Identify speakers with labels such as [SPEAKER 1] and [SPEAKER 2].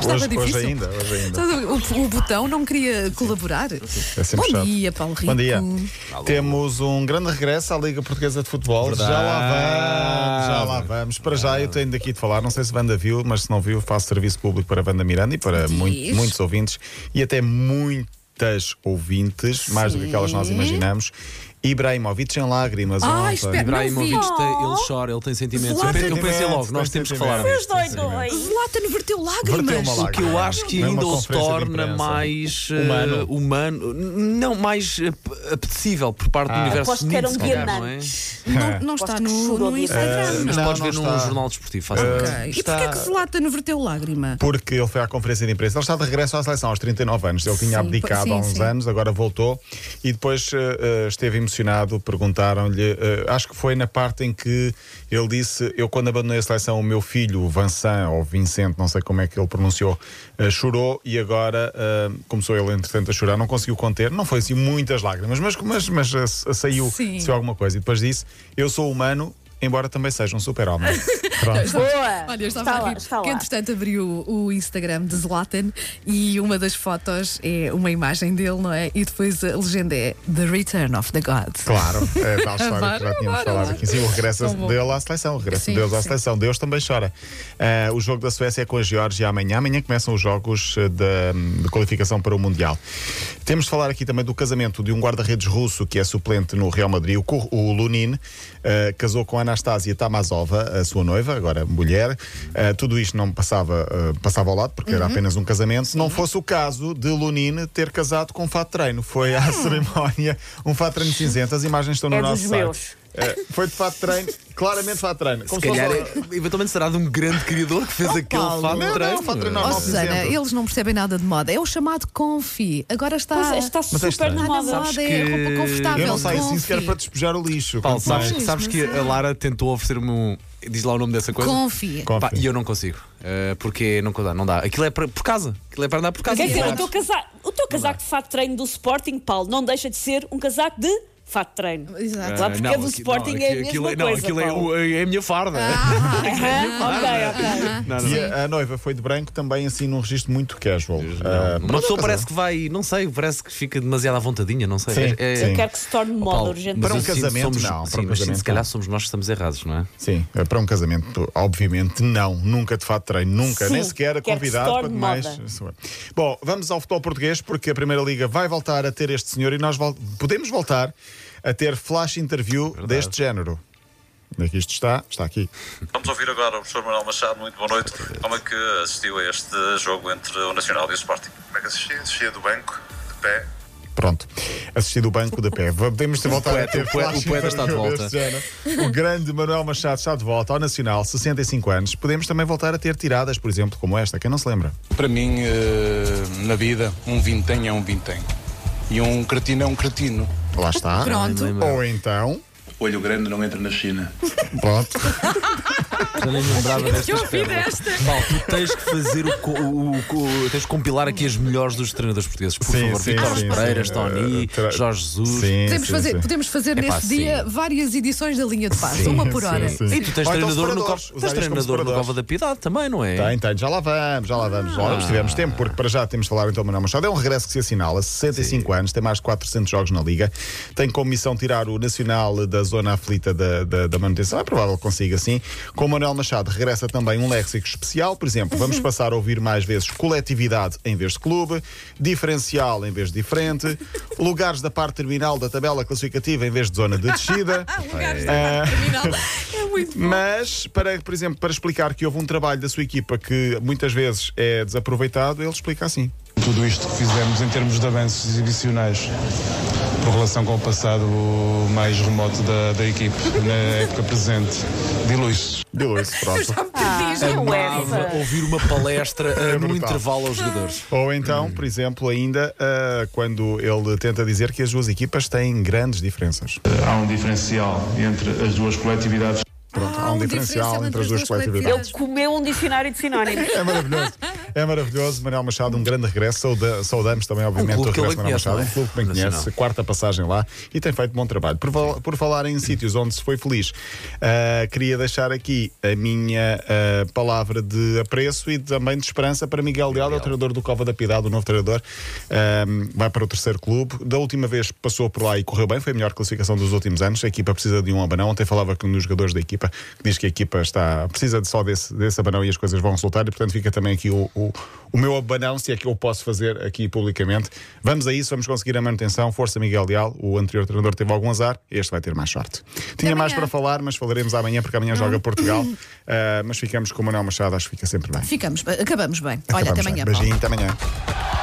[SPEAKER 1] estava
[SPEAKER 2] hoje,
[SPEAKER 1] difícil.
[SPEAKER 2] hoje ainda, hoje ainda.
[SPEAKER 1] Sabe, O, o botão não queria colaborar.
[SPEAKER 2] É sempre
[SPEAKER 1] Bom
[SPEAKER 2] chato.
[SPEAKER 1] dia, Paulo Rico.
[SPEAKER 2] Bom dia. Temos um grande regresso à Liga Portuguesa de Futebol. Já lá vamos, já lá vamos. Para já eu tenho daqui de falar, não sei se Wanda viu, mas se não viu, faço serviço público para Wanda Miranda e para
[SPEAKER 1] Diz.
[SPEAKER 2] muito- muitos ouvintes e até muitas ouvintes, mais do que aquelas que nós imaginamos. Ibrahimovic em lágrimas.
[SPEAKER 1] Ai,
[SPEAKER 2] ontem.
[SPEAKER 1] espera.
[SPEAKER 3] Ibrahimovic,
[SPEAKER 1] Não vi.
[SPEAKER 3] tem- ele chora, ele tem sentimentos. Eu,
[SPEAKER 1] Claro.
[SPEAKER 3] pe- eu pensei logo, nós temos
[SPEAKER 2] Sentimentos,
[SPEAKER 3] que falar.
[SPEAKER 2] sentimentos.
[SPEAKER 3] disto.
[SPEAKER 4] Os dois, dois.
[SPEAKER 1] Zlatan verteu lágrimas.
[SPEAKER 2] Verteu é uma
[SPEAKER 3] O que eu acho que
[SPEAKER 2] Numa
[SPEAKER 3] ainda o
[SPEAKER 2] conferência de
[SPEAKER 3] torna
[SPEAKER 2] imprensa.
[SPEAKER 3] mais eh,
[SPEAKER 2] Humano.
[SPEAKER 3] humano, n- não, mais eh, p- apetecível por parte
[SPEAKER 2] Ah.
[SPEAKER 3] do universo
[SPEAKER 4] Aposto que
[SPEAKER 3] feminino,
[SPEAKER 4] eram
[SPEAKER 3] se calhar, não é?
[SPEAKER 4] diamantes.
[SPEAKER 1] Não, não está
[SPEAKER 4] Aposto que
[SPEAKER 1] no,
[SPEAKER 4] chorou
[SPEAKER 1] no
[SPEAKER 4] de-
[SPEAKER 1] Instagram. não.
[SPEAKER 3] Mas
[SPEAKER 2] É, Não,
[SPEAKER 3] podes ver
[SPEAKER 2] não
[SPEAKER 3] num
[SPEAKER 2] está.
[SPEAKER 3] jornal desportivo, facilmente.
[SPEAKER 1] Ok. E
[SPEAKER 2] está-
[SPEAKER 1] porquê que Zlatan verteu lágrima?
[SPEAKER 2] Porque ele foi à conferência de imprensa. Ele está de regresso à seleção aos 39 anos. Ele
[SPEAKER 1] Sim,
[SPEAKER 2] tinha abdicado
[SPEAKER 1] sim,
[SPEAKER 2] há uns
[SPEAKER 1] sim.
[SPEAKER 2] anos, agora voltou e depois eh, eh, esteve emocionado. Perguntaram-lhe, eh, acho que foi na parte em que ele disse: Eu, quando abandonei a seleção, o meu filho, o Vincent, ou Vincent, não sei como é que ele pronunciou, eh, chorou e agora eh, começou ele, entretanto, a chorar. Não conseguiu conter, não foi assim muitas lágrimas, mas, mas, mas eh, saiu,
[SPEAKER 1] Sim.
[SPEAKER 2] saiu alguma coisa. E depois disse: Eu sou humano, embora também seja um super-homem. Pronto.
[SPEAKER 4] Boa!
[SPEAKER 1] Olha, eu estava
[SPEAKER 4] está
[SPEAKER 1] a
[SPEAKER 4] lá,
[SPEAKER 1] rir,
[SPEAKER 4] está
[SPEAKER 1] que
[SPEAKER 4] lá.
[SPEAKER 1] entretanto abriu o Instagram de Zlatan e uma das fotos é uma imagem dele, não é? E depois a legenda é The Return of the God.
[SPEAKER 2] Claro, é tal história
[SPEAKER 1] Adoro,
[SPEAKER 2] que já tínhamos
[SPEAKER 1] adoro,
[SPEAKER 2] falado
[SPEAKER 1] adoro.
[SPEAKER 2] aqui. Sim, o regresso
[SPEAKER 1] Tão bom.
[SPEAKER 2] dele à seleção. O regresso
[SPEAKER 1] Sim,
[SPEAKER 2] dele à
[SPEAKER 1] sim.
[SPEAKER 2] seleção. Deus também chora. Ah, o jogo da Suécia é com a Geórgia amanhã. Amanhã começam os jogos ah, da- de qualificação para o Mundial. Temos de falar aqui também do casamento de um guarda-redes russo que é suplente no Real Madrid. O, Cor- o Lunin ah, casou com a Anastasia Tamazova, a sua noiva, agora mulher. Ah, tudo isto não passava, ah, passava ao lado, porque era apenas um casamento. Se não fosse o caso de Lunin ter casado com um fato de treino. Foi à cerimónia um fato de treino cinzento. As imagens estão no
[SPEAKER 4] É
[SPEAKER 2] nosso
[SPEAKER 4] dos
[SPEAKER 2] site.
[SPEAKER 4] meus.
[SPEAKER 2] É, foi de fato treino, claramente fato treino.
[SPEAKER 3] Se
[SPEAKER 2] Como
[SPEAKER 3] calhar,
[SPEAKER 2] fosse-
[SPEAKER 3] é- eventualmente será de um grande criador que fez aquele
[SPEAKER 1] Paulo.
[SPEAKER 3] fato
[SPEAKER 2] Não, não,
[SPEAKER 3] treino.
[SPEAKER 2] fato treino normal.
[SPEAKER 1] Ó
[SPEAKER 2] Não,
[SPEAKER 1] Susana,
[SPEAKER 2] dizendo.
[SPEAKER 1] eles não percebem nada de moda. É o chamado confi. Agora está.
[SPEAKER 4] Pois é, está
[SPEAKER 2] é
[SPEAKER 4] super
[SPEAKER 2] estranho.
[SPEAKER 4] na
[SPEAKER 1] Está na
[SPEAKER 4] moda.
[SPEAKER 1] moda,
[SPEAKER 3] Sabes
[SPEAKER 1] é
[SPEAKER 3] que-
[SPEAKER 1] roupa confortável.
[SPEAKER 2] Eu não saio assim
[SPEAKER 1] confi.
[SPEAKER 2] sequer para despejar o lixo.
[SPEAKER 3] Paulo,
[SPEAKER 2] Quanto
[SPEAKER 3] sabes,
[SPEAKER 2] mais-
[SPEAKER 3] sabes que a Lara tentou oferecer-me um. Diz lá o nome dessa coisa?
[SPEAKER 1] Confi.
[SPEAKER 2] Com-
[SPEAKER 3] Pá, e eu não consigo. Eh, porque não dá, não dá. Aquilo é para- por casa. Aquilo é para andar por casa.
[SPEAKER 4] Quer dizer, o
[SPEAKER 3] Sabes?
[SPEAKER 4] teu, casa... o teu casaco de fato de treino do Sporting, Paulo, não deixa de ser um casaco de fato de treino.
[SPEAKER 1] Exato.
[SPEAKER 4] Lá porque
[SPEAKER 3] Ah, não,
[SPEAKER 4] é do
[SPEAKER 3] aqui-
[SPEAKER 4] Sporting
[SPEAKER 3] não,
[SPEAKER 4] é a
[SPEAKER 3] aqui-
[SPEAKER 4] mesma
[SPEAKER 3] aquilo é-
[SPEAKER 4] coisa,
[SPEAKER 3] Não, aquilo
[SPEAKER 4] Paulo.
[SPEAKER 3] é o- é, a minha farda. Ah,
[SPEAKER 4] Aham, ok, ok.
[SPEAKER 3] Não, não,
[SPEAKER 2] E
[SPEAKER 3] não.
[SPEAKER 2] a, a noiva foi de branco também, assim, num registro muito casual. Ah,
[SPEAKER 3] Uma
[SPEAKER 2] pronto,
[SPEAKER 3] pessoa
[SPEAKER 2] mas-
[SPEAKER 3] parece que vai, não sei, parece que fica demasiado à vontadinha, não sei.
[SPEAKER 2] Sim, sim.
[SPEAKER 4] Eu quero que se torne
[SPEAKER 3] Oh,
[SPEAKER 4] moda
[SPEAKER 3] Paulo,
[SPEAKER 4] urgente.
[SPEAKER 3] mas
[SPEAKER 2] Para um
[SPEAKER 3] eu sinto que
[SPEAKER 2] casamento,
[SPEAKER 3] somos-
[SPEAKER 2] não, para
[SPEAKER 3] sim,
[SPEAKER 2] um
[SPEAKER 3] mas
[SPEAKER 2] casamento,
[SPEAKER 3] sinto, se calhar
[SPEAKER 2] não.
[SPEAKER 3] somos nós que estamos errados, não é?
[SPEAKER 2] Sim, é para um casamento, obviamente, não. Nunca de fato treino, nunca.
[SPEAKER 4] Sim,
[SPEAKER 2] Nem sequer
[SPEAKER 4] quer que se
[SPEAKER 2] convidado,
[SPEAKER 4] torne
[SPEAKER 2] quanto mais.
[SPEAKER 4] moda.
[SPEAKER 2] Bom, vamos ao futebol português, porque a Primeira Liga vai voltar a ter este senhor e nós vol- podemos voltar a ter flash interview deste género. Onde é que isto está? Está aqui.
[SPEAKER 5] Vamos ouvir agora o professor Manuel Machado. Muito boa noite. Como é que assistiu a este jogo entre o Nacional e o Sporting?
[SPEAKER 6] Como é que assisti? Assistia do banco, de pé.
[SPEAKER 2] Pronto, assisti do banco da pé. Podemos ter voltado a
[SPEAKER 3] poeta-
[SPEAKER 2] ter
[SPEAKER 3] o poeta-
[SPEAKER 2] flash
[SPEAKER 3] o poeta está de
[SPEAKER 2] interview
[SPEAKER 3] volta.
[SPEAKER 2] deste género. O grande Manuel Machado está de volta ao Nacional, 65 anos. Podemos também voltar a ter tiradas, por exemplo, como esta, quem não se lembra.
[SPEAKER 7] Para mim, eh, na vida, um vintém é um vintém. E um cretino é um cretino.
[SPEAKER 2] Lá está.
[SPEAKER 1] Pronto.
[SPEAKER 2] Ou então.
[SPEAKER 6] Olho grande não entra na China.
[SPEAKER 2] Pronto.
[SPEAKER 3] Já nem me lembrava destas
[SPEAKER 1] eu ouvi
[SPEAKER 3] pérolas. Paulo, tu tens que fazer o, co- o- o- co- Tens que compilar aqui as melhores dos treinadores portugueses. Por
[SPEAKER 2] Sim,
[SPEAKER 3] favor,
[SPEAKER 2] sim,
[SPEAKER 3] Vitor
[SPEAKER 2] sim,
[SPEAKER 3] Pereira,
[SPEAKER 2] sim.
[SPEAKER 3] Tony,
[SPEAKER 2] Eh, tra-
[SPEAKER 3] Jorge Jesus.
[SPEAKER 2] Sim,
[SPEAKER 1] Podemos
[SPEAKER 2] sim,
[SPEAKER 1] fazer,
[SPEAKER 2] sim.
[SPEAKER 1] podemos fazer
[SPEAKER 3] Epá,
[SPEAKER 1] nesse dia
[SPEAKER 3] sim.
[SPEAKER 1] várias edições da linha de passe, uma por
[SPEAKER 2] sim,
[SPEAKER 1] hora.
[SPEAKER 2] sim.
[SPEAKER 3] E tu tens
[SPEAKER 2] Ou então
[SPEAKER 3] treinador, no,
[SPEAKER 2] separadores.
[SPEAKER 3] Cova-
[SPEAKER 2] Usar isto
[SPEAKER 3] tens
[SPEAKER 2] como
[SPEAKER 3] treinador no
[SPEAKER 2] separadores.
[SPEAKER 3] Cova da Piedade também, não é?
[SPEAKER 2] Tem, tem, Tá, então, já lá vamos, já lá vamos. Já lá vamos, tivemos tempo, porque para já temos de falar então do Manuel Machado. É um regresso que se assinala, 65 anos, tem mais de 400 jogos na Liga. Tem como missão tirar o Nacional da zona aflita da, da, da manutenção. É provável que consiga, sim. Com o Manuel Machado regressa também um léxico especial. Por exemplo, vamos passar a ouvir mais vezes coletividade em vez de clube, diferencial em vez de diferente, lugares da parte terminal da tabela classificativa em vez de zona de descida.
[SPEAKER 1] Terminal. É muito bom.
[SPEAKER 2] Mas, para, por exemplo, para explicar que houve um trabalho da sua equipa que muitas vezes é desaproveitado, ele explica assim.
[SPEAKER 7] Tudo isto que fizemos em termos de avanços exibicionais, por relação com o passado mais remoto da, da equipe, na época presente, dilui-se.
[SPEAKER 2] Dilui-se, pronto.
[SPEAKER 4] Ah, não é essa.
[SPEAKER 3] Amava ouvir uma palestra eh, no
[SPEAKER 2] É brutal.
[SPEAKER 3] intervalo aos jogadores.
[SPEAKER 2] Ou
[SPEAKER 7] Hum.
[SPEAKER 2] então, por exemplo, ainda ah, quando ele tenta dizer que as duas equipas têm grandes diferenças.
[SPEAKER 6] Há um diferencial entre as duas coletividades.
[SPEAKER 2] Pronto,
[SPEAKER 1] Ah,
[SPEAKER 2] há um
[SPEAKER 1] um
[SPEAKER 2] diferencial entre as duas coletividades.
[SPEAKER 4] Comeu um dicionário de sinónimos.
[SPEAKER 2] É maravilhoso. É maravilhoso. Manuel Machado, um grande regresso. Sauda- Saudamos também, obviamente,
[SPEAKER 3] clube
[SPEAKER 2] o
[SPEAKER 3] que ele
[SPEAKER 2] regresso de Manuel
[SPEAKER 3] conhece,
[SPEAKER 2] Machado.
[SPEAKER 3] não é?
[SPEAKER 2] Um clube que bem
[SPEAKER 3] Nacional.
[SPEAKER 2] conhece. Quarta passagem lá e tem feito bom trabalho. Por, val- por falar em sítios onde se foi feliz, ah, queria deixar aqui a minha ah, palavra de apreço e também de esperança para Miguel Leal, é o treinador do Cova da Piedade, o novo treinador. Ah, vai para o terceiro clube. Da última vez passou por lá e correu bem, foi a melhor classificação dos últimos anos. A equipa precisa de um abanão. Ontem falava com um dos jogadores da equipa que diz que a equipa está, precisa de só desse, desse abanão e as coisas vão resultar. E portanto fica também aqui o, o, o meu abanão, se é que eu posso fazer aqui publicamente. Vamos a isso, vamos conseguir a manutenção. Força Miguel Leal, o anterior treinador teve algum azar, este vai ter mais sorte. Tinha mais para
[SPEAKER 1] amanhã.
[SPEAKER 2] falar, mas falaremos amanhã, porque amanhã joga Portugal. Ah, mas ficamos com o Manuel Machado, acho que fica sempre bem.
[SPEAKER 1] Ficamos, acabamos bem.
[SPEAKER 2] Acabamos
[SPEAKER 1] Olha, até
[SPEAKER 2] bem.
[SPEAKER 1] amanhã. Paulo.
[SPEAKER 2] Beijinho, até amanhã.